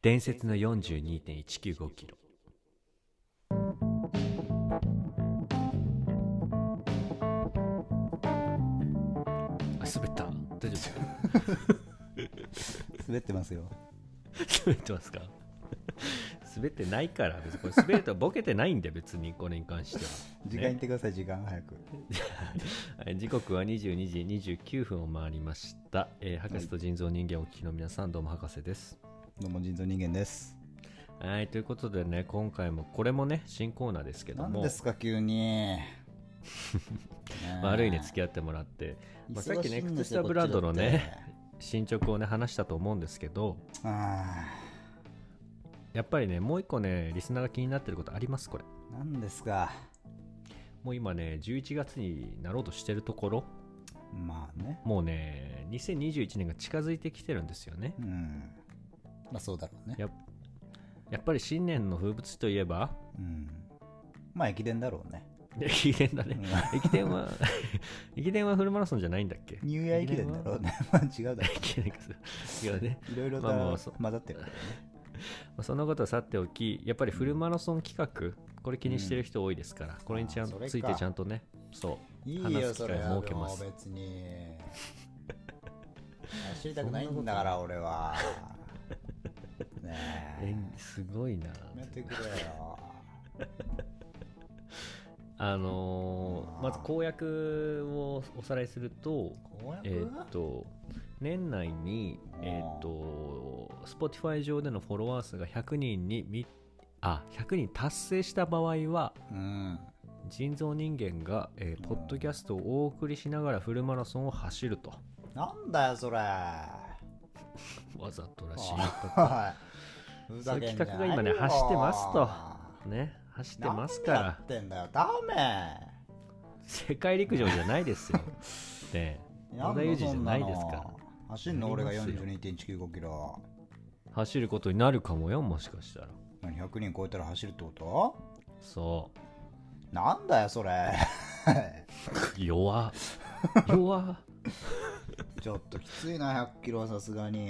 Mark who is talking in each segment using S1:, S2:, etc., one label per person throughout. S1: 伝説の42.195キロあ滑った大丈夫ですか
S2: 滑ってますよ
S1: 滑ってますか 滑ってないから別にこれ滑るとボケてないんで別にこれに関しては
S2: 時間いってください時間早く
S1: はい時刻は22時29分を回りました、えー博士と人造人間をお聞きの皆さんどうも博士です
S2: どうも人造人間です
S1: はいということでね今回もこれもね新コーナーですけど
S2: 何
S1: も
S2: ですか急に
S1: 悪いね付
S2: き
S1: き合ってもらってまあ
S2: さ
S1: さっ
S2: っき
S1: きね
S2: ね靴
S1: 靴
S2: 下
S1: 下
S2: ブ
S1: ブ
S2: ラ
S1: ラ
S2: ンド
S1: ンド
S2: の
S1: の
S2: ね
S1: ね進捗をね話したと思うんですけど
S2: あ
S1: やっぱりねもう一個ねリスナーが気になってることありますこれ
S2: ー何ですか
S1: もう今ね11月になろうとしてるところ
S2: まあね
S1: もうね2021年が近づいてきてるんですよね
S2: うんまあそうだろうね
S1: やっやっぱり新年の風物詩といえば
S2: うんまあ駅伝だろうね
S1: いや駅伝だね。駅伝は、 駅伝はフルマラソンじゃないんだっけ
S2: ニューイヤー駅伝だろうね まあ違うだろ
S1: 駅伝は違うね。
S2: ういろいろと
S1: まあまあそう
S2: 混ざってるからね
S1: まあそのことはさておき、やっぱりフルマラソン企画、これ気にしてる人多いですから、これにちゃん
S2: あそれ
S1: と
S2: か
S1: ついてちゃんとね、そう、
S2: いい
S1: 話
S2: よ
S1: す機
S2: そ
S1: 会
S2: れ
S1: を
S2: は
S1: 設けま
S2: もう
S1: す。
S2: 別に走りたくないんだから 俺はね
S1: え
S2: え
S1: すごいな。
S2: やめてくれよ
S1: あのーまず公約をおさらいすると、
S2: 公約、
S1: えーっと、年内に、えーっと、Spotify 上でのフォロワー数が100人にみ、あ、100人達成した場合は、
S2: うん
S1: 人造人間が、えーポッドキャストをお送りしながらフルマラソンを走ると
S2: なんだよそれ
S1: わざとらしい
S2: おいふざけんじゃな
S1: そういう
S2: いよ
S1: 企画が今ね走ってますとね走ってますか
S2: な
S1: ら
S2: んでやってんだよダメ
S1: 世界陸上じゃないです よねえ
S2: や
S1: 野
S2: ん
S1: 田
S2: の
S1: 裕二じ
S2: そ
S1: ゃ
S2: んな
S1: ない
S2: の
S1: ですから
S2: 走んの俺が
S1: やりますよ
S2: 42.195キロ
S1: 走ることになるかもよもしかしたら
S2: 何100人超えたら走るってこと
S1: そう
S2: なんだよそれ
S1: 弱弱
S2: ちょっときついな100キロはさすがに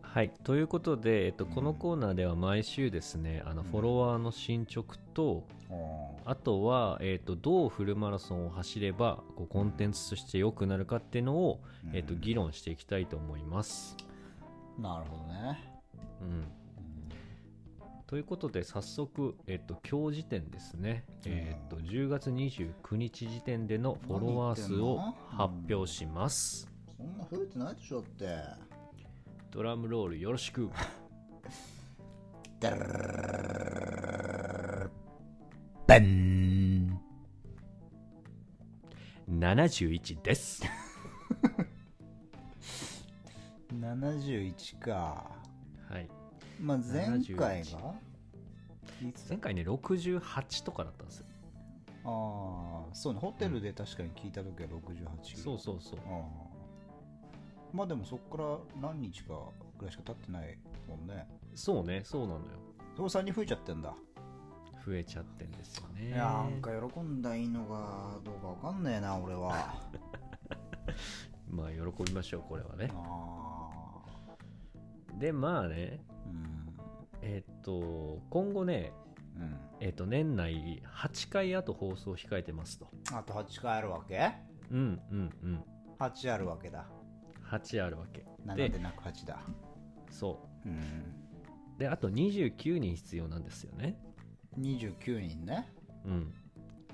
S1: はいということで、えっと、このコーナーでは毎週ですね、あのフォロワーの進捗と、
S2: うん
S1: あとは、えー、とどうフルマラソンを走ればこうコンテンツとして良くなるかっていうのを、
S2: うん
S1: えー、と議論していきたいと思います。
S2: なるほどね
S1: うん、ということで早速、えー、と今日時点ですね、えー、と10月29日時点でのフォロワー数を発表します。
S2: そんな増えてないでしょって
S1: ドラムロールよろしく
S2: ダルルルルルルルルバン
S1: 71です。
S2: 71か
S1: はい、
S2: まあ前回
S1: 71
S2: がいつ
S1: 前回ね68とかだったんですよ。
S2: ああそうねホテルで確かに聞いた時は68
S1: そうそうそう
S2: あ。あまあでもそこから何日かぐらいしか経ってないもんね
S1: そうね、そうなのよ。
S2: そこ3人増えちゃってんだ
S1: 増えちゃってんですよね。
S2: いやーなんか喜んだらいいのかどうかわかんねえな俺 は
S1: まあ喜びましょうこれはね
S2: あ
S1: でまあね
S2: ーうん
S1: えっと今後ね
S2: うん
S1: えっと年内8回あと放送を控えてますと
S2: あと8回あるわけ
S1: うんうんうん
S2: ?8 あるわけだ
S1: 8あるわけ
S2: 7
S1: で
S2: でなく8だ
S1: そ
S2: うん
S1: うであと29人必要なんですよね
S2: 29人ね
S1: うん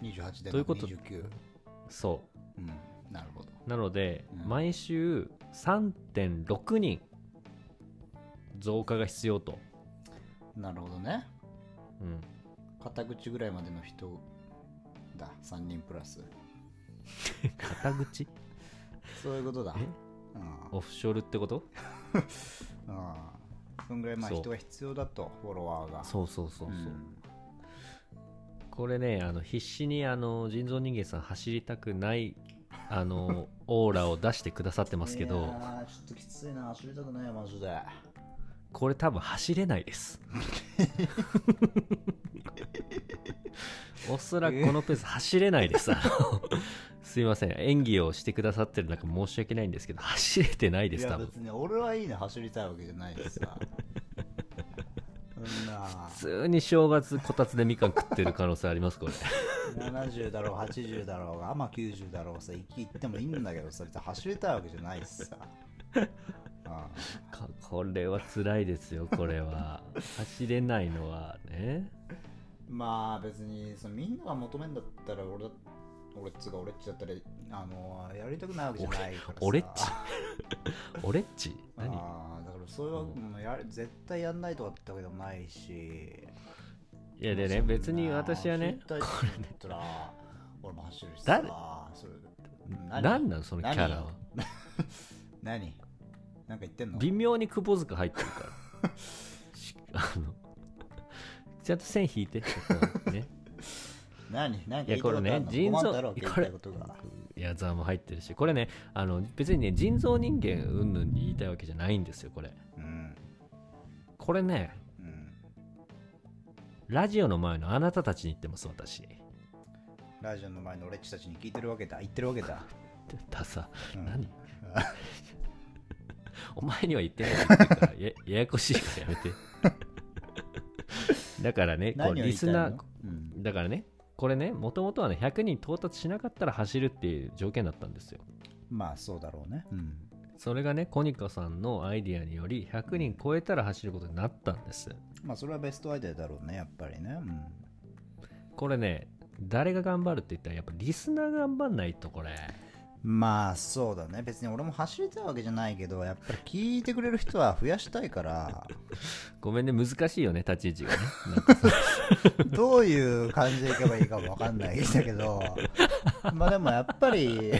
S2: 28で
S1: ということ
S2: 29
S1: そ
S2: うんなるほど
S1: うなので、
S2: うん
S1: 毎週3.6人増加が必要と、
S2: なるほどね
S1: うん、
S2: 肩口ぐらいまでの人だ3人プラス
S1: 肩口
S2: そういうことだ
S1: え
S2: うん
S1: オフショルってこと
S2: うんそんぐらいまあ
S1: そう
S2: 人が必要だとフォロワーが
S1: そうそうそうそう、
S2: ん
S1: これねあの必死にあの人造人間さん走りたくないあ のオーラを出してくださってますけ
S2: い
S1: ど
S2: やーちょっときついな走りたくないよマジで
S1: これ多分走れないです おそらくこのペース走れないですあのすいません演技をしてくださってる中申し訳ないんですけど走れてないで
S2: い
S1: す多
S2: や
S1: 分
S2: 別に俺はいいね走りたいわけじゃないですさや
S1: 普通に正月こたつでみかん食ってる可能性ありますこれ
S2: 70だろう80だろうがまあ90だろうさ行き行ってもいいんだけどさ別に走りたいわけじゃないしさあ
S1: かこれは辛いです よこれは走れないのはね
S2: まあ別にそのみんなが求めんだったら俺だ俺っつうか俺っちだったらあのやりたくないわけじゃないからさ
S1: 俺俺っち俺っち何
S2: あーだからそれはもうやる絶対やんないとかってわけでもないし
S1: いやでね別に私はね
S2: これね俺も走るし
S1: 誰
S2: さそれ何
S1: 何なんそのキャラは
S2: 何なんか言ってんの
S1: 微妙に窪塚入ってるから しあのちゃんと線引いてここ ね
S2: 何何
S1: いやこれね腎臓
S2: これことが
S1: 矢沢も入ってるしこれねあの別にね人造人間うんぬんに言いたいわけじゃないんですよこれ
S2: うん
S1: これね
S2: うん
S1: ラジオの前のあなたたちに言ってます私
S2: ラジオの前の俺っちたちに聞いてるわけだ言ってるわけだ、
S1: ださ
S2: うん
S1: 何 お前には言ってないって言ってるからや ややこしいからやめて だからねこ
S2: 何
S1: う
S2: を言
S1: リ
S2: いた
S1: ス
S2: いの
S1: ナー
S2: うん
S1: だからねこれねもともとはね100人到達しなかったら走るっていう条件だったんですよ
S2: まあそうだろうねうん
S1: それがねコニカさんのアイディアにより100人超えたら走ることになったんです
S2: まあそれはベストアイデアだろうねやっぱりねうん
S1: これね誰が頑張るって言ったらやっぱリスナーが頑張んないとこれ
S2: まあそうだね別に俺も走りたいわけじゃないけどやっぱり聞いてくれる人は増やしたいから
S1: ごめんね難しいよね立ち位置がねなんか
S2: どういう感じでいけばいいかもわかんないんだけどまあでもやっぱり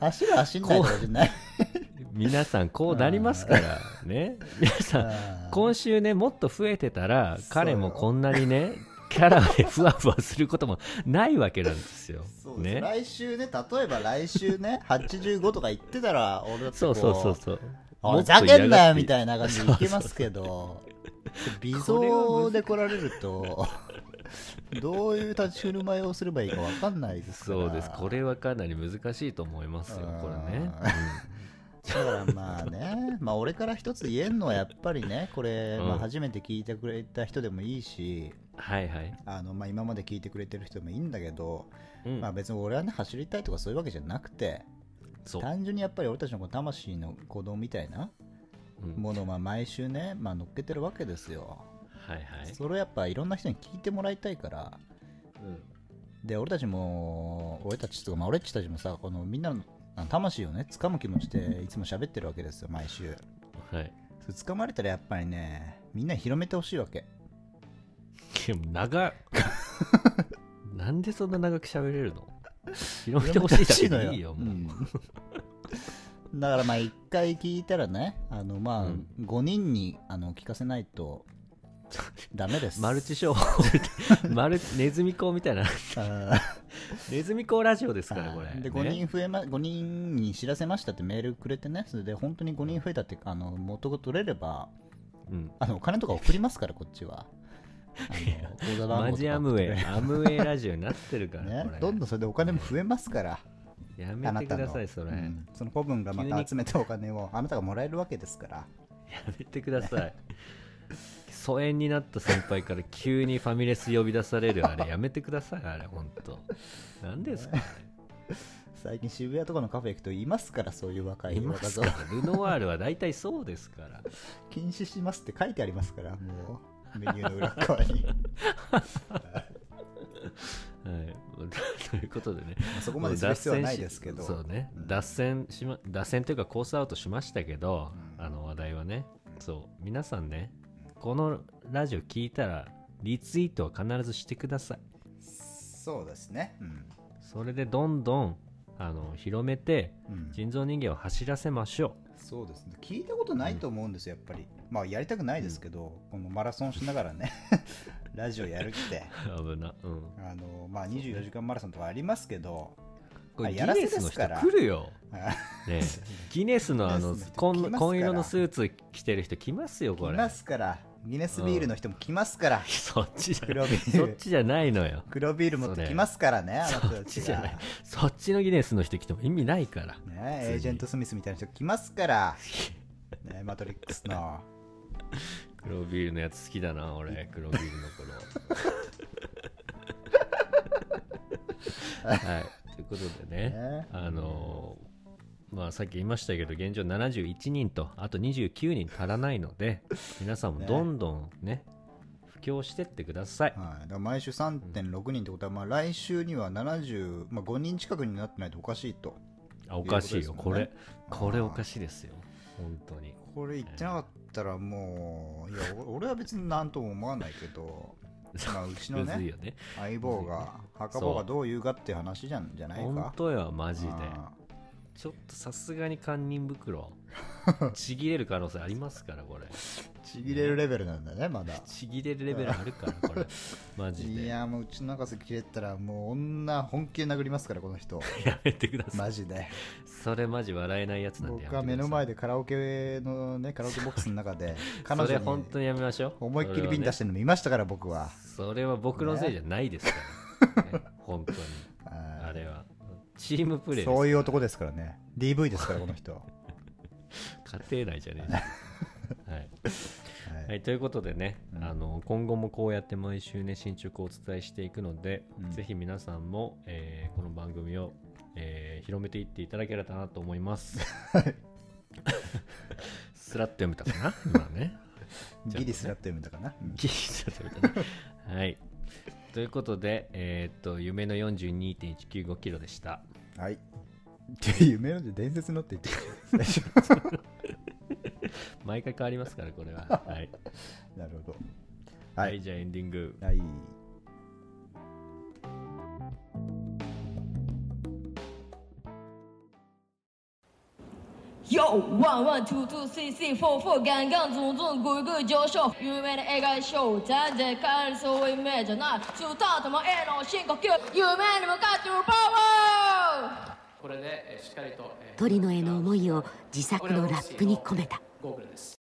S2: 走る走んないとかじゃない
S1: 皆さんこうなりますからね皆さん今週ねもっと増えてたら彼もこんなにね キャラでふわふわすることもないわけなんですよ
S2: そうです
S1: ね
S2: 来週ね、例えば来週ね、85とか言ってたら、俺だって
S1: そ
S2: こ
S1: うそうそうそう
S2: おい
S1: もっ
S2: ふ
S1: と嫌がって
S2: ざけんなよみたいな感じでいけますけど、微
S1: これは難し
S2: 増
S1: い
S2: で来られると、どういう立ち振る舞いをすればいいかわかんないですから。
S1: そうですこれはかなり難しいと思いますよこれね、
S2: だからまあね、 まあ俺から一つ言えんのはやっぱりね、これ、
S1: うん
S2: まあ初めて聞いてくれた人でもいいし、
S1: うんはいはい、
S2: あのまあ今まで聞いてくれてる人でもいいんだけど、
S1: うん
S2: まあ別に俺はね、走りたいとかそういうわけじゃなくて、
S1: そう、
S2: 単純にやっぱり俺たちのこの魂の鼓動みたいな
S1: うん
S2: ものをまあ毎週ね、まあ、乗っけてるわけですよ、
S1: はいはい、
S2: それをやっぱいろんな人に聞いてもらいたいからで俺たちも俺たちとか、まあ、俺っちたちもさこのみんなのあの魂をね掴む気持ちでいつも喋ってるわけですよ毎週
S1: はい
S2: それ掴まれたらやっぱりねみんなに広めてほしいわけ
S1: でも 長っなんでそんな長く喋れるの広めてほしいだけでいいよ
S2: う
S1: もう、
S2: んだからまあ一回聞いたらねあのまあ
S1: うん
S2: 5人にあの聞かせないとダメです
S1: マルチ商法マルチネズミ講みたいな
S2: あー
S1: ネズミ講ラジオですからこれ
S2: あーで
S1: ね
S2: 5人増え、ま、5人に知らせましたってメールくれてね、それで本当に5人増えたって、あの元が取れれば、
S1: うん
S2: あのお金とか送りますから、こっちは。 あの口座番号とか
S1: マジアムウェイ、アムウェイラジオになってるから、こ
S2: ね
S1: れ。
S2: どんどんそれでお金も増えますから、
S1: や
S2: あ
S1: め
S2: な
S1: て
S2: た
S1: く
S2: の
S1: ださい、それ。
S2: うんその子分がま
S1: 急
S2: た
S1: に
S2: 集めたお金を あなたがもらえるわけですから、
S1: やめてください。疎遠になった先輩から急にファミレス呼び出されるあれやめてくださいあれ本当なんですか
S2: 最近渋谷とかのカフェ行くといますから、そういう若い
S1: いま
S2: 若
S1: す
S2: 造
S1: かルノワールは大体そうですから
S2: 禁止しますって書いてありますから、もうメニューの裏 側に。
S1: はい、 ということでね、
S2: まあそこまでする必要はないですけど
S1: 脱線しそうね、
S2: うん
S1: 脱線しま、脱線というかコースアウトしましたけど、
S2: うん
S1: あの話題はね、
S2: うん
S1: そう、皆さんね
S2: うん、
S1: このラジオ聞いたら、リツイートは必ずしてください。
S2: そうですね。うん
S1: それでどんどんあの広めて、
S2: うん
S1: 人造人間を走らせましょ
S2: そうですね聞いたことないと思うんですよ、やっぱり。まあ、やりたくないですけど、このマラソンしながらね、 ラジオやるって、
S1: う。 危な。うん。
S2: あのまあ、24時間マラソンとかありますけど、
S1: これギ
S2: やらせ
S1: ネ
S2: で
S1: スの
S2: す
S1: 人
S2: から
S1: 来るよ。
S2: あ
S1: ねえギネスのあの
S2: ギネスの人来ますから
S1: 紺紺色のスーツ着てる人来ますよ、こ
S2: 来
S1: れ。
S2: ますから、ギネスビールの人も来ますから、
S1: そっちじゃない
S2: 黒ビー
S1: そっ
S2: ル、
S1: ちじゃないのよ。
S2: 黒ビール持ってきますからね、あなたたち
S1: そっちじゃ
S2: が。
S1: ない
S2: ね、
S1: そっちのギネスの人来ても意味ないから。
S2: エージェント・スミスみたいな人来ますから、ね、マトリックスの。
S1: 黒ビールのやつ好きだな俺黒ビールの頃はいということでね
S2: ね
S1: あのーまあさっき言いましたけど現状71人とあと29人足らないので皆さんもどんどんね布教してってください
S2: はい、だから毎週3.6人ってことは、まあ、来週には75、まあ、5人近くになってないとおかしいと
S1: あおかしいよ
S2: ということ
S1: こ
S2: です
S1: れ
S2: ね
S1: これおかしいですよ本当に
S2: これ言ってなかったらもういやお俺は別になんとも思わないけ ど、まあ、うちの
S1: むずい
S2: ね
S1: よね
S2: 相棒が墓場がどう言うかっていう話じゃんじゃない
S1: 本
S2: か
S1: 当よマジで
S2: あ
S1: ちょっとさすがに堪忍 袋ちぎれる可能性ありますからこれ
S2: ーちぎれるレベルなんだねまだ
S1: ちぎれるレベルあるから これマジで
S2: いやもううちの中瀬切れたらもう女本気で殴りますからこの 人
S1: やめてください
S2: マジで
S1: それマジ笑えないやつなんでや
S2: 僕
S1: めて
S2: は目の前
S1: で
S2: でカラオケのねカラオケボックスの中で彼
S1: そ
S2: 女
S1: れ本
S2: に
S1: 当にやめましょう
S2: 思いっきりビンタしてるの見ましたから僕は
S1: それは僕のせいじゃないですから、ね本当にあ
S2: あ
S1: れはチームプレーです
S2: そういう男ですからね DV ですからこ の人は
S1: 家庭内じゃねえ しはいはいい、ということでね、
S2: うん
S1: あの今後もこうやって毎週ね進捗をお伝えしていくので、
S2: うん
S1: ぜひ皆さんも、えーこの番組を、えー広めていっていただければなと思い ます。スラッと読めたか な今ね。
S2: ギリスラッと読めたかなうん
S1: ギリスラッと読めたな。はい。ということで、えーっと夢の42.195キロでした。
S2: はいって夢の伝説のって言ってる最初
S1: 毎回変わりますからこれ は。はい。
S2: なるほど
S1: は、
S2: はいい
S1: じゃあエンディング。
S2: はい
S3: よワンワン、ツーツー、スリースリー、フォーフォー、ガンガン、ズンズン、グイグイ上昇。有名な映画賞、全然帰るそういうイメージじゃない。スタートもえの深呼吸、夢に向かってパワー
S4: これでえーしっかりと、えー
S5: 鳥野への思いを自作のラップに込めた
S4: ゴーグルです